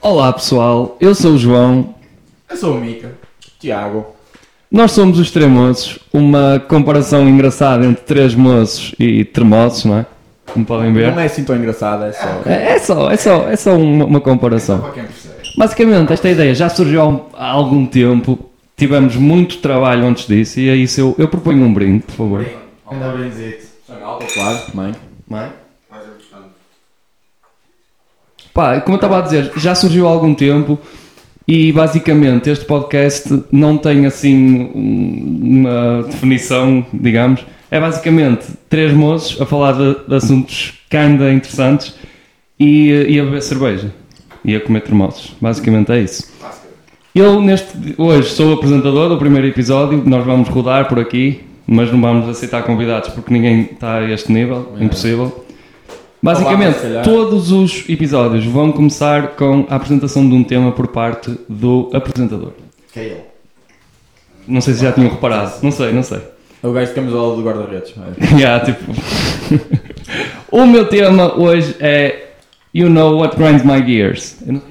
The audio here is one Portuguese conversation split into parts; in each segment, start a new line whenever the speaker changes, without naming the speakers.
Olá pessoal, eu sou o João.
Eu sou o Mica. Tiago.
Nós somos os Tremoços, uma comparação engraçada entre três moços e tremoços, não é? Como podem
Não
ver.
é assim tão engraçado, é um só.
É é só, é só, é só uma, uma comparação.
Para quem percebe.
Basicamente, esta ideia já surgiu há um- há algum tempo, tivemos muito trabalho antes disso e é isso. Eu, eu proponho um brinde, por favor.
Ainda bem dizer claro, também.
Mãe? Pá, como eu estava a dizer, já surgiu há algum tempo e basicamente este podcast não tem assim um- uma definição, digamos. É basicamente três moços a falar de, de assuntos kinda interessantes e, e a beber cerveja e a comer termoços. Basicamente é isso. Eu neste hoje sou o apresentador do primeiro episódio, nós vamos rodar por aqui, mas não vamos aceitar convidados porque ninguém está a este nível, impossível. Basicamente,
É. se calhar.
todos os episódios vão começar com a apresentação de um tema por parte do apresentador.
Que é ele.
Não sei se já tinham reparado, não sei, não sei.
É o gajo de camisola do guarda-redes. é.
Yeah, tipo... o meu tema hoje é You Know What Grinds My Gears. Eu não-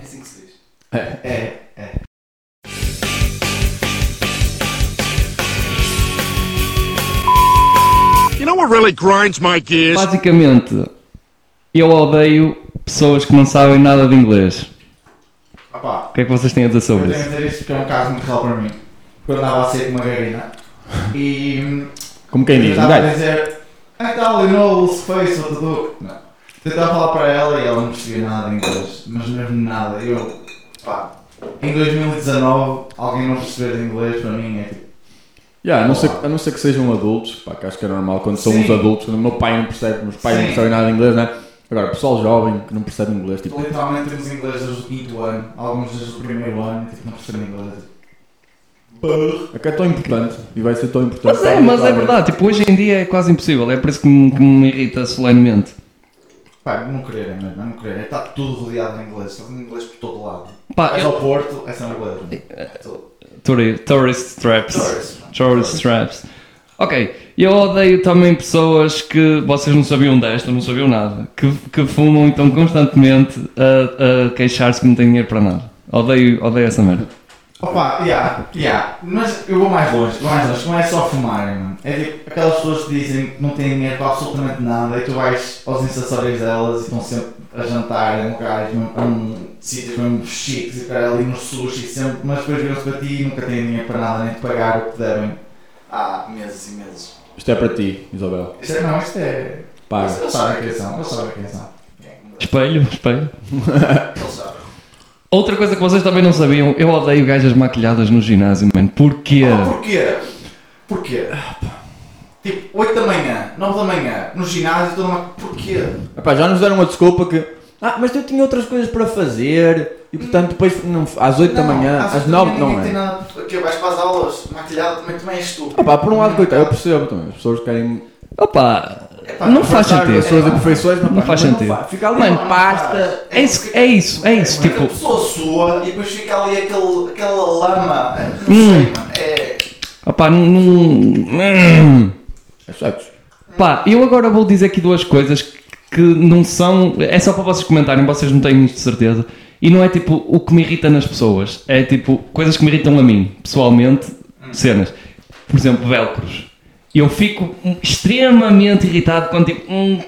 é
You know what really grinds my gears?
Basicamente, eu odeio pessoas que não sabem nada de inglês.
Opa,
O que é que vocês têm a dizer
eu
sobre
tenho a
isso?
dizer isto porque é um caso muito real para mim. Quando andava a ser uma garina e hum,
Como quem
eu
diz, um
estava a
gajo.
dizer "Ah, tal, you know o space of the book. Não. Tentava falar para ela e ela não percebia nada de inglês, mas mesmo nada. Eu, pá, em 2019, alguém não perceber de inglês para mim é tipo.
Yeah, a, não ser, a não ser que sejam adultos, pá, que acho que é normal quando somos
Sim.
adultos, quando o meu pai não percebe, meus pais não
Sim.
percebem nada de inglês, né? Agora, pessoal jovem que não percebe inglês, tipo,
Literalmente temos inglês desde o quinto ano, alguns desde o primeiro ano, tipo, não percebem inglês.
é que é tão importante e vai ser tão importante.
Mas é, mas é verdade, tipo, hoje em dia é quase impossível, é por isso que me, que me irrita solenemente.
Pá, não quererem mesmo, não quererem. Está tudo rodeado de inglês, está tudo inglês por todo lado.
Pá,
Vais
Ah, eu...
ao Porto, é só inglês.
Touri- Tourist traps.
Tourist.
Tourist traps. Ok, eu odeio também pessoas que vocês não sabiam desta, não sabiam nada, que, que fumam então constantemente a, a queixar-se que não têm dinheiro para nada. Odeio, odeio essa merda.
Opa, yeah, yeah. Mas eu vou mais longe, vou mais longe. Não é só fumarem, mano. É tipo aquelas pessoas que dizem que não têm dinheiro para absolutamente nada e tu vais aos acessórios delas e estão sempre a jantar em lugares, mesmo- em sítios mesmo chiques e para ali no sushi sempre, mas depois viram-se para ti e nunca têm dinheiro para nada, nem te pagar o que devem há Ah, meses e meses.
Isto é para ti, Isabel.
Isto é, não, isto é.
Pá,
Eles sabem quem são, eles sabem quem são.
Espelho, espelho.
Eles sabem.
Outra coisa que vocês também não sabiam, eu odeio gajas maquilhadas no ginásio, mano. Porquê?
Ah, porquê? Porquê? Tipo, 8 da manhã, 9 da manhã, no ginásio, toda uma... porquê?
Epá, já nos deram uma desculpa que. Ah, mas eu tinha outras coisas para fazer e portanto depois não, às 8 da manhã, às 9 não
Tem
é.
nada. Aqui vais para as aulas, maquilhado também, também és tu.
Epá, por um lado, coitado, eu percebo também. As pessoas querem
Opa,
Epá,
não faz
tratar as
sentido.
suas imperfeições, mas,
Não
pá,
faz
mas
sentido.
faz. Fica ali
Mano,
uma é, pasta.
É isso, é isso, é isso.
Porque
Tipo,
a pessoa sua e depois fica ali aquele, aquela lama. Não
Hum.
sei, mano. É.
opa, não. hum.
É sexo.
Pá, eu agora vou dizer aqui duas coisas que não são. É só para vocês comentarem, vocês não têm isto de certeza. E não é tipo o que me irrita nas pessoas, é tipo coisas que me irritam a mim, pessoalmente, cenas. Por exemplo, velcros. Eu fico extremamente irritado quando tipo. Um,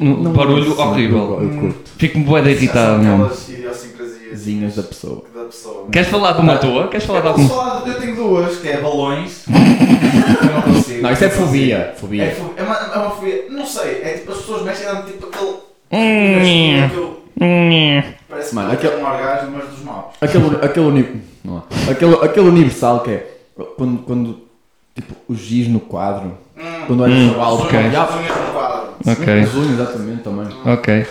um barulho
Sim,
horrível.
Eu curto.
Fico-me bué de irritado,
São
mano.
aquelas idiosincrasias
Zinhas da pessoa.
da pessoa.
Queres falar de uma tua? Queres falar de
Posso
alguma?
falar, eu tenho duas, que é balões. eu não consigo.
Não, isso é
não consigo.
fobia.
É,
Fobia.
fo- é uma, é uma fobia, não sei, é tipo as pessoas mexem dando tipo aquele.
Hum.
aquele- Parece que
Mano,
é
aquele-
um orgasmo, mas dos maus.
Aquele, aquele, uni- não há. aquele, aquele universal que é quando, quando tipo, o giz no quadro, quando olha o cavalo,
Hum,
Hum. São
ok.
as
já
unhas no quadro.
Ok,
as unhas, exatamente também.
ok.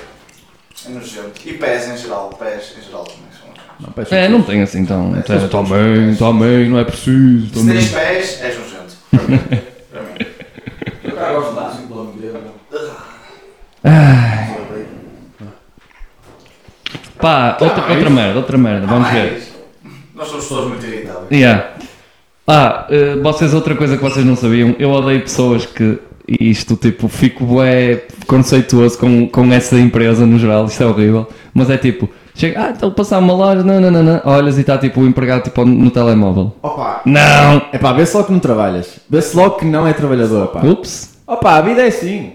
É nojento. E pés em geral, pés em geral também são. nojentos.
Não, pá,
É, não tem assim então. Também, também, não é preciso.
Se
Também.
tens pés, és nojento. Para mim. Para mim. Eu cara gosto de dar.
Pá, outra, outra merda, outra
Então
merda,
Ah,
vamos ver.
Mas Nós somos pessoas muito irritadas.
Yeah. Ah, eh, vocês, outra coisa que vocês não sabiam, eu odeio pessoas que. Isto, tipo, fico bué conceituoso com, com essa empresa no geral, isto é horrível. Mas é tipo, Chega, ah, então passar uma loja, não, não, não, não. Olhas e está tipo o empregado tipo, no telemóvel.
Opa,
Não!
É pá, vê-se logo que não trabalhas. Vê-se logo que não é trabalhador, pá.
Ups!
Opa, a vida é assim.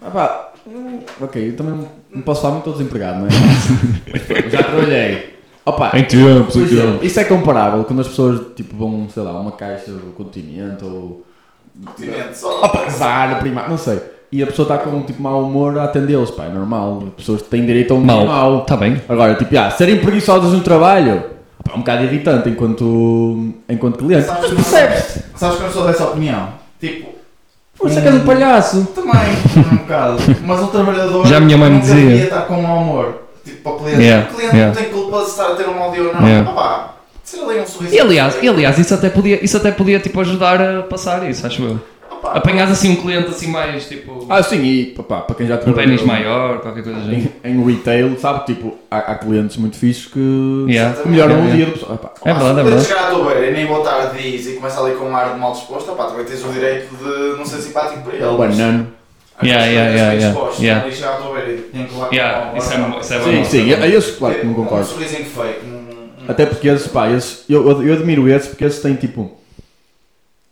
Opa, hum, ok, eu também não posso falar muito desempregado, não é? Eu já trabalhei. Opa,
Em tempos,
por
em
exemplo,
tempos.
isso é comparável quando as pessoas tipo, vão, sei lá, a uma caixa do continente ou
continente só.
opa, azar, prima, não sei. E a pessoa está com tipo mau humor a atendê-los, pá, é normal. As pessoas têm direito a um dia
Mal.
mau.
Está bem.
Agora, tipo, ah, serem preguiçosas no trabalho opa, é um bocado irritante enquanto, enquanto cliente.
Sabes
Mas
que não-
percebes?
Sabes que eu sou dessa opinião? Tipo,
Pô, isso é que és um palhaço.
também, um bocado. Mas um trabalhador
Já a minha mãe me
nunca
dizia.
devia estar com mau humor. Tipo, para o cliente.
Yeah,
O cliente
yeah.
não tem culpa de estar a ter um mau dia ou não.
Yeah.
Opa, tira ali um sorriso.
E aliás, e, aliás isso, até podia, isso até podia tipo, ajudar a passar isso, acho eu.
Opa,
Apanhas assim um cliente assim mais tipo.
Ah, sim, e opa, para quem já
um
trabalhou.
pênis maior, qualquer coisa do género.
em, em retail, sabe? Tipo, há, há clientes muito fixos que
Yeah.
melhoram
Yeah,
o dia
yeah.
do pessoal. Epá,
É verdade, é
Se
verdade.
chegar à tua beira e nem boa tarde diz e começa ali com um ar de mal disposto, opá, também tens o direito de não ser simpático para ele.
o banano.
Às
Yeah,
vezes
yeah,
bem
yeah,
disposto,
yeah.
ali chegar à tua beira e tem que lá com
Yeah,
uma
isso é
boa
mo- isso é
tarde.
bom.
Sim, sim, a esses, claro que não
Um
concordo.
sorrisinho feio. um- um-
Até porque esses, pá, esses, eu, eu, eu admiro esses porque esses têm tipo.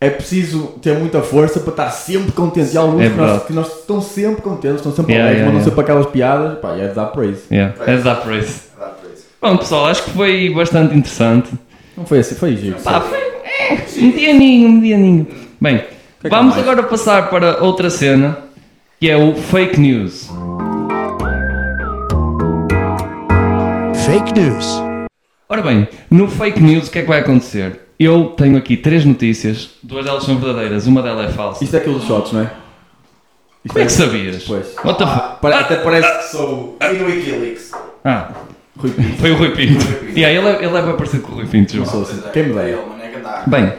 É preciso ter muita força para estar sempre contente. E há alguns
É
que, nós,
verdade.
que nós estão sempre contentes, estão sempre
Yeah,
alegres,
yeah,
mandam
yeah.
sempre aquelas piadas. Pá, e é de dar praise.
Yeah. É de dar por isso.
dá para isso.
Bom, pessoal, acho que foi bastante interessante.
Não foi assim, foi giro.
Pá, foi. É, medianinho, medianinho. Bem,
que
vamos
há mais?
agora passar para outra cena que é o fake news.
Fake news.
Ora bem, no fake news o que é que vai acontecer? Eu tenho aqui três notícias, duas delas são verdadeiras, uma delas é falsa.
Isto é aqueles shots, não é? Isto
Como é que sabias?
Pois.
What the fu-
Pare- até parece que
Sou e no Wikileaks.
Ah,
Rui Pinto.
foi o Rui Pinto.
Foi o Rui Pinto.
yeah, ele, é, ele é bem parecido com o Rui Pinto, juro.
Sou assim. Quem me dera.
Ele, mano, é que andar.
Bem,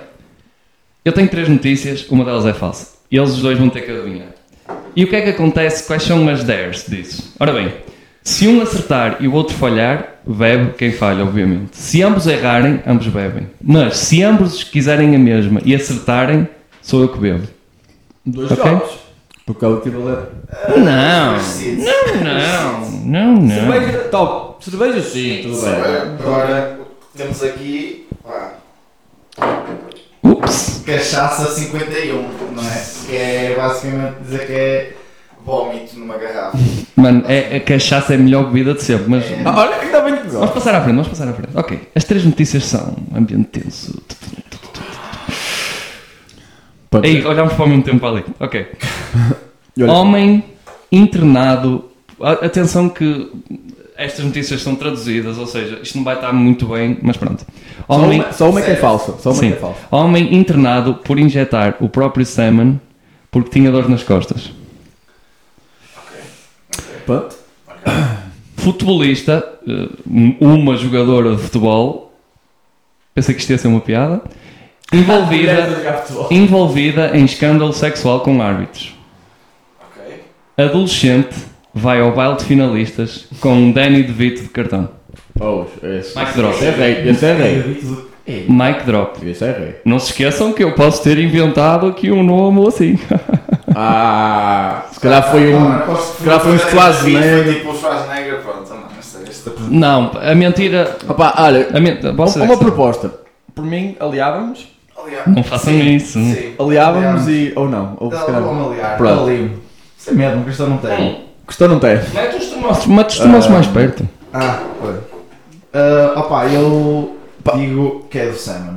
eu tenho três notícias, uma delas é falsa. E eles os dois vão ter que adivinhar. E o que é que acontece? Quais são as dares disso? Ora bem, se um acertar e o outro falhar, bebe quem falha, obviamente. Se ambos errarem, ambos bebem. Mas se ambos quiserem a mesma e acertarem, sou eu que bebo.
Dois
Ok.
shots. Porque é o equivalente.
Não!
Preciso.
Não, não, não.
Cerveja, top. Cerveja sim, tudo bem.
Agora temos aqui pá,
Ups!
cachaça 51, não é? Que é basicamente dizer que é vómito numa garrafa.
Mano, é, a cachaça é a melhor bebida de sempre, mas.
Ah, olha, ainda bem que
Vamos
gosto.
passar à frente, vamos passar à frente. Ok, as três notícias são ambiente tenso. Ei, olhamos para o mesmo tempo ali. Ok.
E olha,
Homem internado. A- Atenção que estas notícias são traduzidas, ou seja, isto não vai estar muito bem, mas pronto.
só
Homem,
uma- Só uma é que é
Sério?
falsa. Só uma é
sim.
que é falsa.
Homem internado por injetar o próprio semen porque tinha dor nas costas.
Pronto.
Futebolista, eh, uma jogadora de futebol, pensei que isto ia ser uma piada, envolvida, envolvida em escândalo sexual com árbitros.
Ok?
Adolescente vai ao baile de finalistas com um Danny DeVito de cartão.
Oh, esse.
Mike Drop.
Esse é rei. Esse é rei.
Mike Drop.
Esse é rei.
Não se esqueçam que eu posso ter inventado aqui um nome assim.
Ah, se calhar foi
Mano,
um.
posso-
Se calhar foi um
Foi
Schwarzenegger.
tipo um Schwarzenegger, pronto, não, não sei. Este...
Não, a mentira.
Opa, olha,
A mentira.
uma- uma proposta. Por mim, aliávamos.
Aliás,
Não façam
sim,
isso.
Sim.
Aliávamos e. Ou não. Ou se
Dá logo
calhar.
um aliar.
Pronto.
Alio. Sem medo, um cristão não tem.
Questão não tem.
Mas estamos mais perto.
Ah, foi. Ah, opa, eu digo que é do Simon.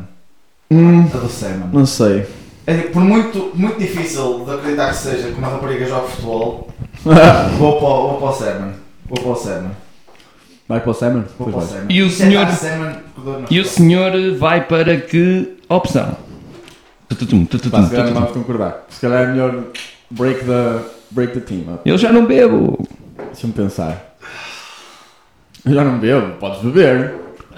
Hum,
É do Simon.
não sei.
É, por muito, muito difícil de acreditar que seja que uma rapariga joga futebol, vou para, o- vou para o Sermon. Vou para o Sermon.
Vai para o Simon?
Vou
Pois
para o
vai.
Sermon.
E o
Isso é
senhor-
dar Sermon porque dou nas
E o
costas.
senhor vai para que opção? Tututum, tututum,
Pá, se calhar não
tututum.
vamos concordar. Se calhar é melhor break the, break the team up.
Eu já não bebo.
Deixa-me pensar. Eu já não bebo, podes beber.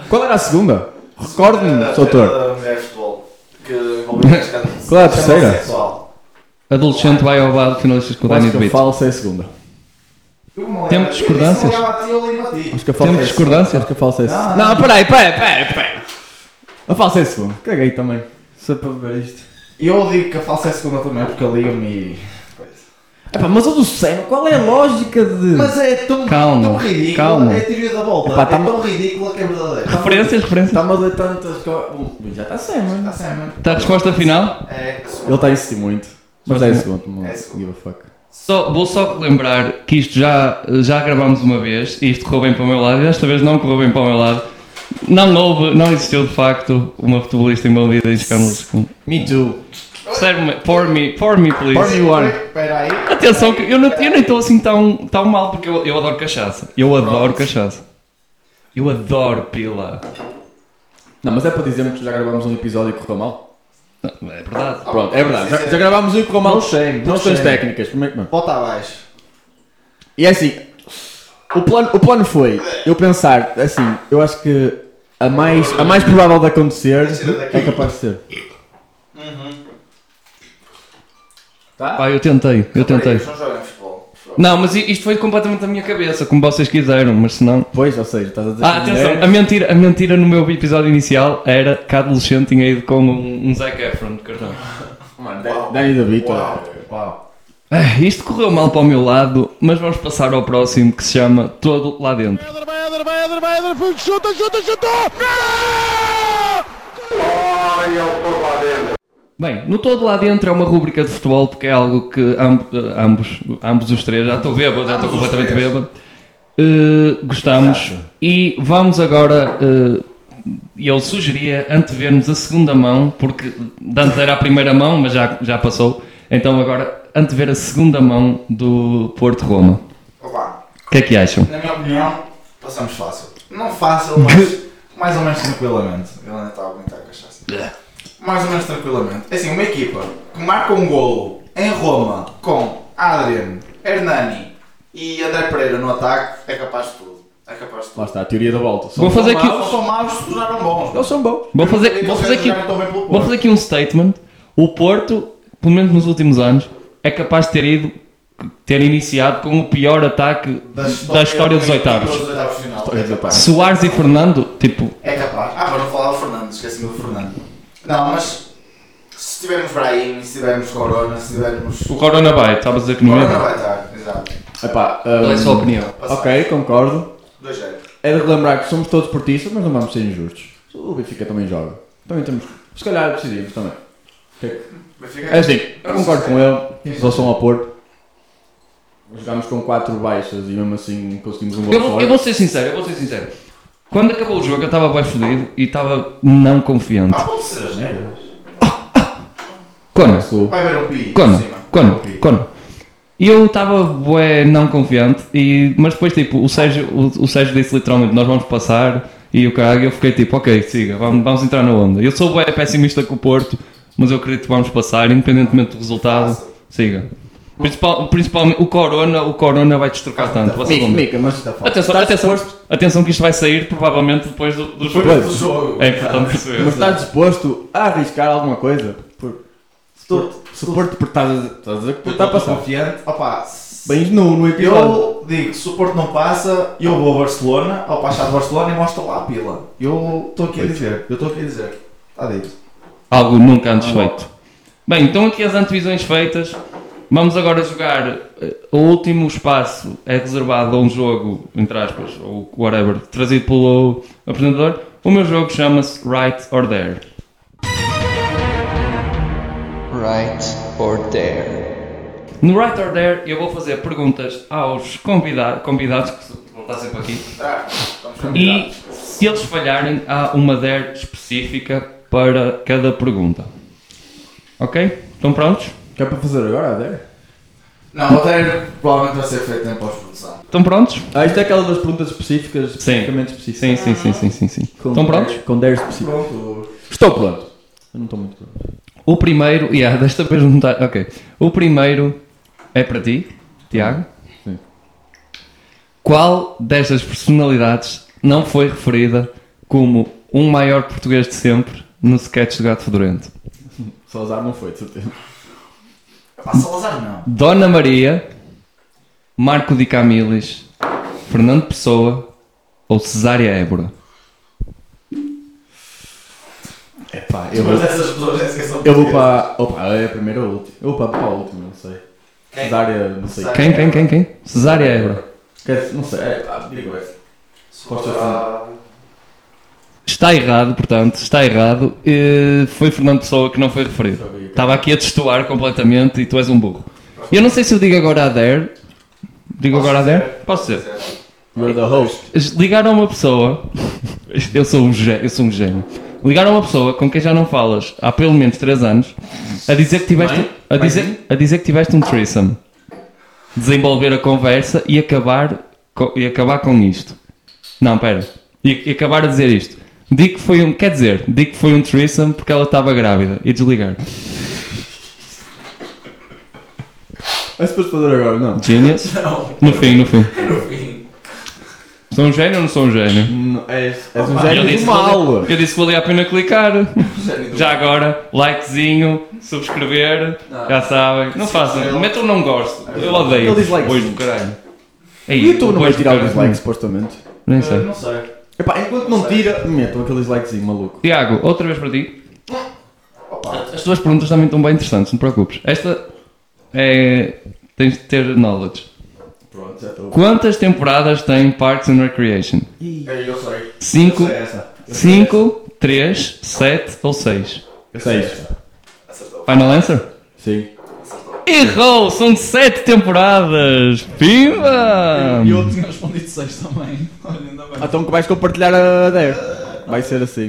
Qual era a segunda? Recorde-me,
Ah,
doutor.
da mulher de futebol que envolveu um escândalo
Qual é a terceira?
escândalo sexual.
Adolescente vai ao baile de finalistas com o Danny
Acho que a
DeVito.
falsa é a segunda.
Eu me lembro-
Temos
eu
discordâncias?
disse que olhava a ti, eu lembro a ti.
Acho que a falsa
Temos
é a
discordâncias?
segunda. Acho que a falsa é a segunda.
Não,
peraí, peraí, peraí, peraí. A falsa é a segunda. Caguei também. Só para beber isto.
Eu digo que a falsa é a segunda também porque eu ligo-me e.
Epá, mas o do céu, qual é a lógica de.
Mas é tão,
Calma,
tão ridículo,
calma.
é a teoria da volta.
Epá, tá-
é tão ridícula que é verdadeira.
Referências, referências.
Está-me a dar tantas. que eu- Bom, Já está certo, mano.
Tá certo, mano.
Está a resposta final?
É,
Ele está a insistir muito. Mas é segundo, mano.
É segundo.
Give a fuck.
Só, vou só relembrar que isto já, já gravámos uma vez e isto correu bem para o meu lado. Desta vez não correu bem para o meu lado. Não houve, não existiu de facto uma futebolista envolvida em escândalos. com-
Me too.
Serve-me, for me, for me, please.
Por me one.
Espera aí.
Atenção, que eu não eu nem estou assim tão, tão mal porque eu, eu adoro cachaça. Eu adoro cachaça. Eu adoro pila.
Não, mas é para dizermos que já gravámos um episódio e correu mal.
Não, É verdade.
Pronto, é verdade. Já, já gravámos um e correu mal. Não shame. Não questões
shame.
técnicas. Primeiro, mano.
Volta abaixo.
E é assim, o plano, o plano foi eu pensar, assim, eu acho que a mais, a mais provável de acontecer é capaz de ser. Uhum.
Pá, eu tentei, eu tentei.
Não jogam futebol.
Não, mas i- isto foi completamente da minha cabeça, como vocês quiseram, mas se não.
Pois, ou seja, estás a dizer.
Ah,
que
atenção,
mulher-
a mentira, a mentira no meu episódio inicial era que a adolescente tinha ido com um, um Zac Efron de cartão.
Mano, Dan- Danny DeVito.
Uau.
Ah, isto correu mal para o meu lado, mas vamos passar ao próximo que se chama Todo Lá Dentro. Bem, no todo lá dentro é uma rúbrica de futebol porque é algo que amb- eh, ambos, ambos os três, já estou bêbado, já estou completamente bêbado, eh, gostamos. E vamos agora, eh, eu sugeria antevermos a segunda mão, porque de antes era a primeira mão, mas já, já passou. Então agora antever a segunda mão do Porto Roma.
Opa,
O que é que acham?
na minha opinião, passamos fácil. Não fácil, mas mais ou menos tranquilamente. Ele ainda estava a aguentar a cachaça. Mais ou menos tranquilamente. É assim, uma equipa que marca um golo em Roma com Adrian, Hernani e André Pereira no ataque é capaz de tudo. É capaz de
Lá
tudo.
está, a teoria da volta. São
Vou fazer
São
aqui,
maus, São maus, se tornaram bons.
Eles são bons.
vou fazer, vou fazer aqui,
então
vou fazer aqui um statement. O Porto, pelo menos nos últimos anos, é capaz de ter ido, ter iniciado com o pior ataque da história dos oitavos.
final.
Olha, rapaz.
Soares e Fernando, tipo,
É capaz. Ah, para não falar o Fernando, esqueci-me do Fernando. Não, mas se tivermos Brahim, se tivermos Corona, se tivermos.
o Corona vai, estava a dizer que não
Corona
é.
vai estar, exato.
Epá,
Não é
hum,
só opinião.
Ok, concordo.
2-0.
É de relembrar que somos todos portistas, mas não vamos ser injustos. O Benfica também joga. Também temos. Se calhar decidimos também.
Benfica.
É assim, eu concordo com ele, em relação ao Porto. Jogámos com 4 baixas e mesmo assim conseguimos um gol
Eu vou,
fora.
eu vou ser sincero, eu vou ser sincero. Quando acabou o jogo eu estava bem fodido e estava não confiante.
Ah, pode
É
ser as
assim.
negras.
Cona,
Sou-
Vai haver um pi.
Cona,
por cima.
Cona,
Um pi.
Cona. E eu estava bué não confiante, e, mas depois tipo, o Sérgio, o, o Sérgio disse literalmente nós vamos passar e o caralho, eu fiquei tipo, ok, siga, vamos, vamos entrar na onda. Eu sou bué pessimista com o Porto, mas eu acredito que vamos passar, independentemente do resultado, siga. Principal- principalmente o Corona, o Corona vai destrocar tanto. vocês
Mica,
vão ver.
Mica, mas está falta.
Atenção, atenção, atenção que isto vai sair provavelmente depois do, do jogo.
Do jogo.
É importante perceber.
Mas tá estás disposto a arriscar alguma coisa? Por... Se
Tô-
Porto, se Porto, porque estás a estás a dizer que o Porto
Está
está a passar.
confiante. Opa, se-
Bens nu no episódio.
eu digo, se o Porto não passa, eu vou a Barcelona, ao Pachá de Barcelona e mostro lá a pila. Eu estou aqui a dizer, eu estou aqui a dizer. Está dito.
Algo nunca antes feito. Bem, então aqui as antevisões feitas. Vamos agora jogar. eh, O último espaço é reservado a um jogo, entre aspas, ou whatever, trazido pelo apresentador. O meu jogo chama-se Right or Dare.
right or there.
No Right or Dare eu vou fazer perguntas aos convida- convidados, que vão estar sempre aqui,
Ah, estamos
e
combinados.
se eles falharem, há uma Dare específica para cada pergunta. Ok? Estão prontos?
Que é para fazer agora, Adé?
Não, o roteiro provavelmente vai ser feito em pós-produção.
Estão prontos?
Ah, isto é aquela das perguntas específicas, especificamente específicas.
Sim, sim, sim, sim, sim, sim.
Com
Estão prontos?
Com 10 específicos.
Pronto.
Estou pronto. Eu não estou muito pronto.
O primeiro, yeah, desta vez não está. Ok. O primeiro é para ti, Tiago.
Sim.
Qual destas personalidades não foi referida como um maior português de sempre no sketch do Gato Fedorento?
Salazar não foi, de certeza.
Pá, Salazar não.
Dona Maria, Marco de Camilis, Fernando Pessoa ou Cesária Évora?
Epá, eu vou,
Mas essas pessoas já esqueçam
eu vou para. Opa, é a primeira ou a última. Eu vou para, para a última, não sei.
Quem?
Cesária, não sei. é,
Cesárea.
Quem, quem, quem, quem? Cesária Évora.
Quer dizer, Não sei, é, pá, digo essa. Suposto
Está errado, portanto, está errado. Eh, foi Fernando Pessoa que não foi referido. Estava aqui a testuar completamente e tu és um burro. Eu não sei se eu digo agora a der. Digo agora a der? Posso ser.
You're the host.
Ligaram uma pessoa. Eu sou um, gé- eu sou um gênio. Ligaram uma pessoa com quem já não falas há pelo menos 3 anos a dizer que tiveste,
Mãe?
a dizer, a dizer que tiveste um threesome. Desenvolver a conversa e acabar, co- e acabar com isto. Não, pera. E, e acabar a dizer isto. Digo que foi um. Quer dizer, digo que foi um threesome porque ela estava grávida. E desligar.
Mas depois fazer agora, não.
Genius? No fim, no fim. Sou um gênio ou não sou um gênio?
Não, És, és um
Ah, eu
gênio
disse
do
que valia-
mal.
Eu disse que valia a pena clicar. Já agora, likezinho, subscrever, já sabem. Não façam, metam não
É
gosto. Eu odeio.
Eu dislike.
Pois do caralho.
E
Ei,
tu não
pois
vais
do
tirar o
caralho.
dislike, supostamente.
Nem
Eu
sei.
Não sei.
Epá, enquanto não tira, metam aquele dislikezinho maluco.
Tiago, outra vez para ti. As tuas perguntas também estão bem interessantes, não te preocupes. Esta é. Tens de ter knowledge.
Pronto, já estou.
Quantas temporadas tem Parks and Recreation?
Eu sei.
5,
É essa.
5, 3, 7 ou 6?
Seis.
Final answer?
Sim.
Errou! São sete temporadas! Pimba!
E eu tinha respondido 6 também. Olha, ainda bem.
Então que vais compartilhar a 10. Vai ser assim.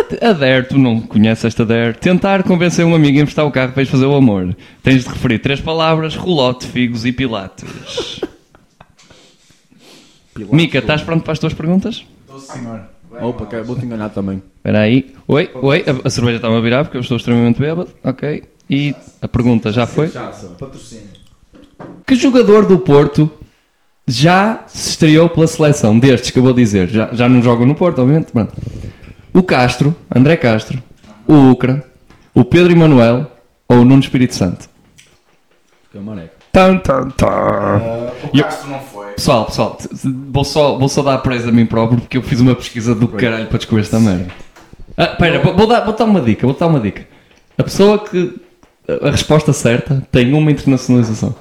Depende.
A, a Dare, tu não conheces esta Dare. Tentar convencer um amigo a emprestar o carro para ires fazer o amor. Tens de referir três palavras: rolote, figos e pilates. Mica, estás pronto para as tuas perguntas?
Doce senhor.
Opa, cara, vou-te enganar também.
Espera aí. Oi, oi, a, a cerveja está-me a virar porque eu estou extremamente bêbado. Ok. E a pergunta já foi?
Patrocínio.
Que jogador do Porto já se estreou pela seleção destes que eu vou dizer? Já, já não jogam no Porto, obviamente. pronto. O Castro, André Castro, o Ucra, o Pedro Emanuel ou o Nuno Espírito Santo?
Que é maneco.
Tan, tan, tan.
Uh, O Castro não foi.
Pessoal, pessoal, t- t- vou só, vou só dar preso a mim próprio porque eu fiz uma pesquisa do caralho para descobrir esta merda. Ah, pera, vou, vou dar, vou dar uma dica, vou dar uma dica. A pessoa que. A a resposta certa tem uma internacionalização.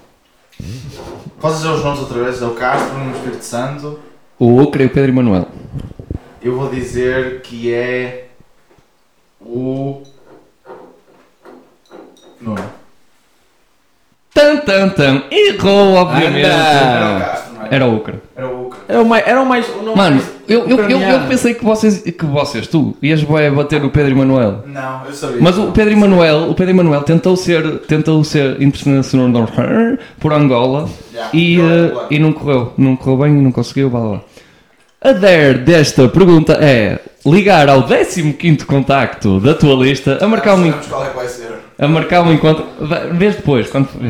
Posso dizer os nomes outra vez? É o Castro, no Espírito Santo.
O Ucra e o Pedro Emanuel.
Eu vou dizer que é. O. Não.
Tan, tan, tan. Errou, obviamente.
Era o
Anda!
Castro, não é?
Era o Ucra.
Era o Ucra.
Era É o mais. Era o mais. o nome
Mano,
mais-
eu, eu, eu, eu
Ucraniano.
pensei que vocês, que vocês, tu, ias bué bater o Pedro Emanuel.
Não, eu sabia.
Mas o Pedro Emanuel, o Pedro Emanuel tentou ser, tentou ser internacional por Angola
Yeah,
e,
eu
eh,
era o
e não correu, não correu bem e não conseguiu, blá, blá, blá. A dare desta pergunta é ligar ao 15º contacto da tua lista a marcar um, en-
Sabemos qual é que vai ser.
a marcar um encontro, vai- vês depois, quando for-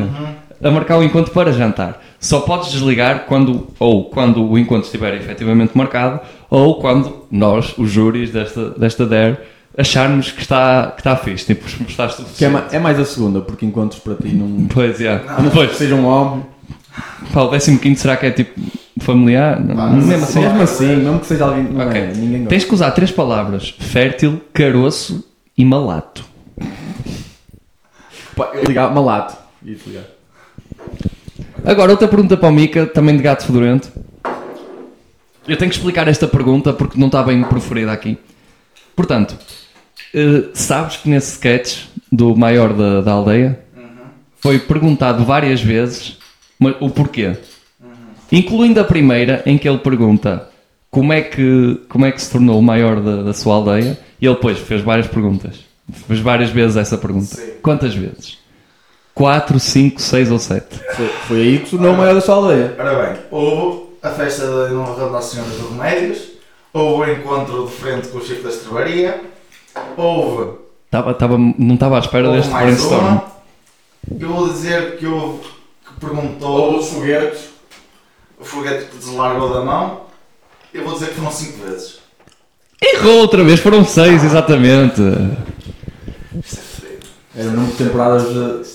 a marcar um encontro para jantar. Só podes desligar quando ou quando o encontro estiver efetivamente marcado ou quando nós, os júris desta, desta DER, acharmos que está, que está fixe, tipo, estás
Que é,
suficiente.
ma- é mais a segunda, porque encontros para ti não.
Pois, é.
Pois.
Pois,
Seja um homem.
pá, o 15 será que é tipo familiar? Não,
Pá,
não-
não
mesmo
sei.
assim.
Mesmo assim, mesmo que seja alguém. Não
Ok.
é, ninguém gosta.
Tens que usar três palavras: fértil, caroço e malato.
Pá, eu ligar, malato. E desligar.
Agora, outra pergunta para o Mica, também de gato fedorento. Eu tenho que explicar esta pergunta porque não está bem proferida aqui. Portanto, eh, sabes que nesse sketch do maior da, da aldeia foi perguntado várias vezes ma- o porquê. Incluindo a primeira, em que ele pergunta como é que, como é que se tornou o maior da, da sua aldeia, e ele depois fez várias perguntas. Fez várias vezes essa pergunta. Quantas vezes? 4, 5, 6 ou 7?
Foi, foi aí que tornou o maior da sua aldeia.
Ora bem, houve a festa da honra de Nossa Senhora dos Remédios, houve o encontro de frente com o Chico da Estrebaria, houve,
Tava, tava, não estava à espera
houve
deste
mais
brainstorm.
uma. Eu vou dizer que houve que perguntou
os foguetes.
o foguete que deslargou da mão. Eu vou dizer que foram 5 vezes.
Errou outra vez, foram seis, exatamente.
Isto é fedido.
Era o número de temporadas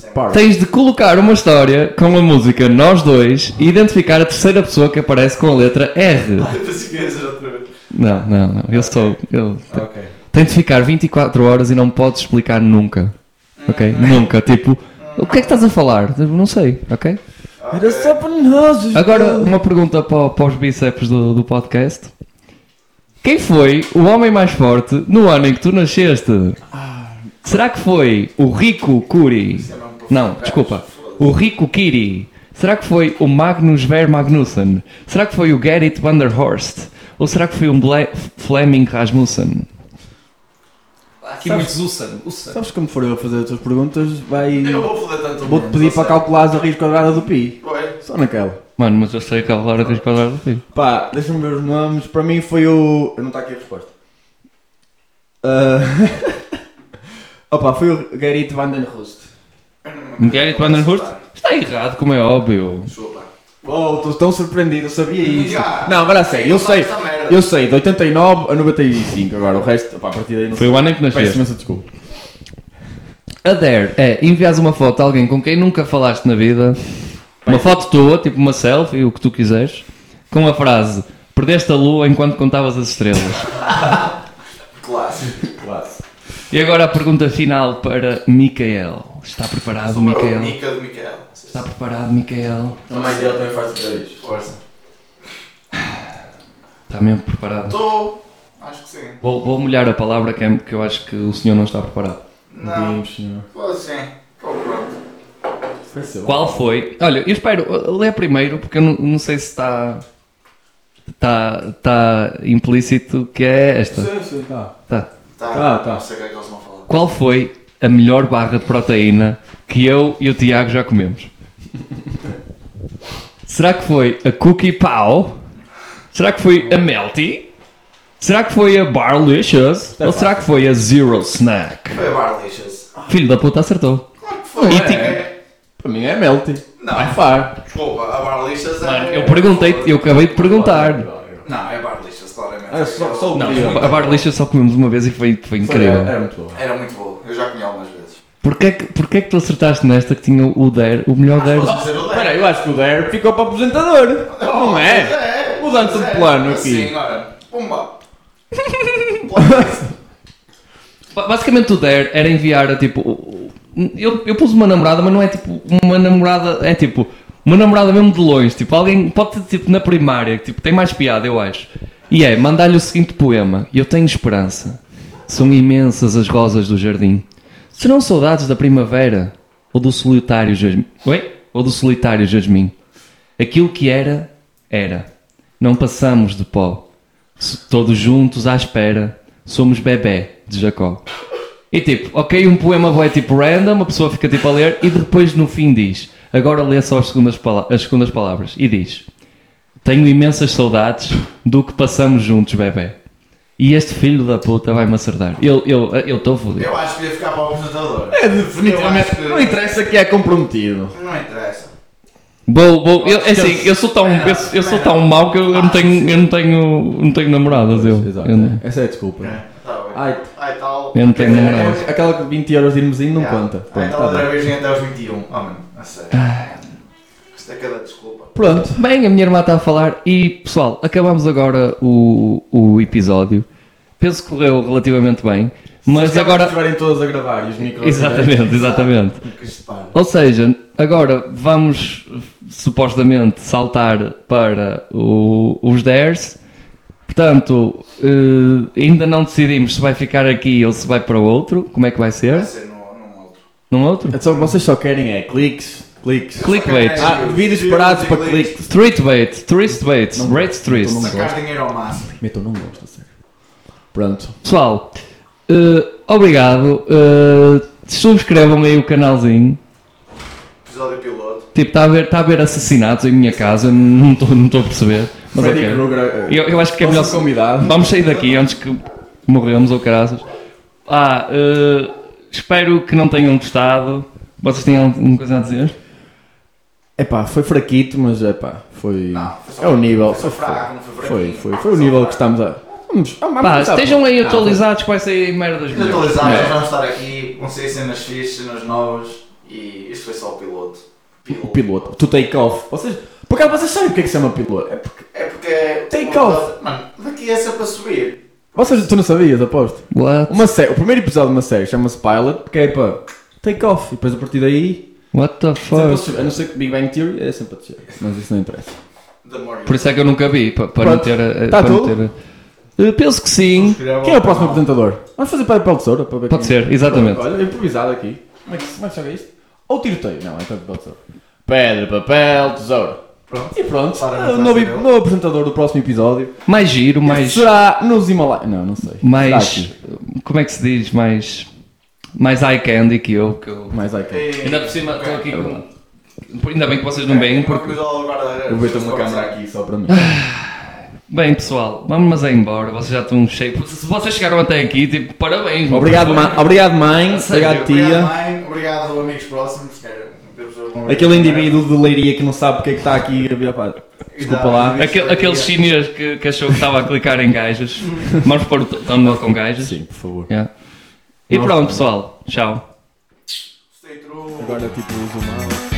de par.
Tens de colocar uma história com a música Nós Dois e identificar a terceira pessoa que aparece com a letra R.
Eu pensei que ia dizer outra vez.
Não, não, não, eu sou. Eu,
Ok.
tem de ficar 24 horas e não podes explicar nunca. Ok? Nunca. Tipo, O que é que estás a falar? Não sei, ok?
Era só para nós.
Agora, uma pergunta para, para os bíceps do, do podcast. Quem foi o homem mais forte no ano em que tu nasceste? Será que foi o Rico Kuri? Não, desculpa. O Rico Kiri? Será que foi o Magnus Ver Magnussen? Será que foi o Gerrit van der Horst? Ou será que foi um Ble- Fleming Rasmussen?
Aqui muitos Ussan. Ussan.
Sabes como for eu a fazer as tuas perguntas, vai...
Eu não vou foder tanto.
Vou-te pedir para calculares a raiz quadrada do pi. Só naquela.
Mano, mas eu sei que a Laura tens quadrado aqui.
Pá, deixa-me ver os nomes. Para mim foi o... Não está aqui a resposta. Ah, Opa, foi o Gerrit van den Roost.
Gerrit van der Horst? Está errado, como é óbvio.
Oh, estou tão surpreendido, eu sabia isso. Não, agora sei, eu sei. Eu sei, de 89 a 95. Agora o resto, opa, a partir daí não
Foi
sei.
o ano em que nasceste.
Peço imensa desculpa.
Adere é enviares uma foto a alguém com quem nunca falaste na vida, uma foto tua, tipo uma selfie, o que tu quiseres, com a frase Perdeste a lua enquanto contavas as estrelas.
Clássico.
Quase.
e agora a pergunta final para Micael. Está
Ah,
preparado, Micael?
Nica de Micael.
Está preparado, Micael?
A mãe dele também faz isso.
Força.
Está mesmo
Tá.
preparado?
Estou. Acho que sim.
Vou, vou molhar a palavra que, é- que eu acho que o senhor não está preparado.
Não. Estou sim. Estou pronto.
Qual foi? Olha, eu espero, uh, lê primeiro, porque eu não, não sei se está. Está, está implícito que é esta.
Sim, sim, tá.
Está.
Tá.
Tá, tá.
Não sei o que é que eles vão falar.
Qual foi a melhor barra de proteína que eu e o Tiago já comemos? Será que foi a Cookie Pau? Será que foi a Melty? Será que foi a Barlicious? Ou será que foi a Zero Snack?
Foi a Barlicious.
Filho da puta, acertou.
Claro que foi.
E ti-
É.
Para mim é melty.
Não.
By far.
Desculpa, a Barlicious é.
Mano, eu perguntei, eu acabei de perguntar.
Não, é Barlicious, claramente.
É, só- só o
Não,
primeiro.
A Barlicious só comemos uma vez e foi, foi
Era
incrível.
é, muito bom.
Era muito boa. Eu já comi algumas vezes.
Porquê é que, porquê é que tu acertaste nesta que tinha o der, o melhor
Ah,
der?
Posso dizer o dez?
Espera, eu acho que o Der ficou para aposentador. Não é? Mudança de plano aqui.
Sim, ora. Pumba.
Ba- Basicamente o Dare era enviar a tipo. o- o- Eu, eu pus uma namorada, mas não é tipo uma namorada. É tipo. Uma namorada mesmo de longe. Tipo, alguém. Pode ser tipo na primária. que, Tipo, tem mais piada, eu acho. E é mandar-lhe o seguinte poema. Eu tenho esperança. São imensas as rosas do jardim. Serão saudades da primavera ou do solitário jasmim. Oi? Ou do solitário jasmim. Aquilo que era, era. Não passamos de pó. S- Todos juntos à espera. Somos bebê de Jacó. E tipo, ok, um poema vai tipo random, a pessoa fica tipo a ler e depois no fim diz. Agora lê só as segundas, pala- as segundas palavras e diz: Tenho imensas saudades do que passamos juntos, bebê. E este filho da puta vai-me acertar. Eu estou eu, eu tô fodido.
Eu acho que ia ficar para o apresentador.
É definitivamente.
Eu acho que-
Não interessa que é comprometido.
Não interessa.
Vou, vou, eu, é assim, eu sou tão, eu, eu sou tão mau que eu, eu não tenho, eu não tenho, não tenho namoradas. Eu,
Exato.
eu, não,
Essa é a desculpa.
Tá bem.
Ai,
Ai tal.
eu não tenho namoradas.
É, Aquela que 20 euros de irmozinho não
Yeah.
conta.
Ai
Pronto,
tal
tá
É. outra
bem.
virgem até aos 21. Oh, mano, a sério. Isto é cada desculpa.
Pronto.
Bem, a minha irmã está a falar e pessoal, acabamos agora o, o episódio. Penso que correu relativamente bem, mas
Se
agora.
estiverem todos a gravar e os micros.
Exatamente, exatamente.
Que isto para.
Ou seja, agora vamos supostamente saltar para o- os dares. Portanto, eh, ainda não decidimos se vai ficar aqui ou se vai para outro. Como é que vai ser?
Vai ser num, num outro.
Num outro?
Então vocês só querem é cliques, cliques.
Clickbait.
Ah, vídeos parados para cliques.
Streetbait, turistbait, rate street.
Não
Sacar dinheiro ao máximo.
Meu, tu não gosto, sério. Pronto.
Pessoal, eh, obrigado. eh, subscrevam aí o canalzinho.
Episódio piloto.
Tipo, está a haver, tá a haver assassinatos em minha casa, não estou não tô a perceber. Mas
Freddy
ok.
Krueger, eh,
Eu, eu acho que é melhor.
nosso convidado.
Vamos sair daqui antes que morremos ou caraças. Ah, eh, espero que não tenham gostado. Vocês têm alguma coisa a dizer?
Epá, foi fraquito, mas epá,
foi
foi.
só- um
É o nível.
foi só
Foi,
fraco, não foi fraco.
foi, foi, foi o nível que estamos a. Vamos, vamos
Pá,
começar,
estejam
pô.
aí atualizados que vai sair merdas melhores.
Atualizados,
É.
nós vamos estar aqui. Vão sair cenas fixas, cenas novas. E isto foi só o piloto.
O piloto, to take off. Vocês, por acaso vocês sabem o que é que se chama piloto? É porque.
É porque.
Take off.
Mano, daqui é sempre a subir.
Vocês, tu não sabias, aposto?
What?
Uma série, o primeiro episódio de uma série chama-se Pilot, porque é para take off. E depois a partir daí
What the
Sempre a
fuck?
descer. A não ser que Big Bang Theory é sempre a descer. Mas isso não interessa.
The more you
Por isso é que eu nunca vi, pa- para não
Pronto.
ter. eh,
Tá
para não
tudo?
ter- Eh, Penso que sim.
Quem é o próximo apresentador? Vamos fazer papel de tesoura para ver
Pode
quem- é.
ser, exatamente.
Olha, improvisado aqui. Como é que, como é que joga isto? Ou tiroteio. Não, é papel de tesoura. Pedra, papel, tesoura.
Pronto.
E pronto,
Para
é
não
o novo,
fazer eu.
novo apresentador do próximo episódio.
Mais giro, mais.
Será nos Himalaias? Não, não sei. Será
Mais.
aqui?
Como é que se diz? Mais. Mais eye candy que eu. Que eu...
Mais aí, cara.
Ainda por cima, estou aqui com. Ainda bem que vocês não veem, porque.
Eu vou ter uma câmera aqui só para mim.
Bem, pessoal, vamos aí embora. Vocês já estão cheios. Se vocês chegaram até aqui, tipo, parabéns. meu
Obrigado,
pessoal.
ma- obrigado mãe.
Sério,
Obrigado,
Obrigado,
tia.
mãe. Obrigado, amigos próximos. que era- temos um uma-
Aquele indivíduo de leiria que não sabe porque é que está aqui a virar para. Desculpa lá.
Aquele, aquele chinês que, que achou que estava a clicar em gajas. Vamos pôr o t- thumbnail com gajas.
Sim, por favor.
Yeah. E pronto, pessoal. Tchau.
Stay true.
Agora tipo uso o mouse.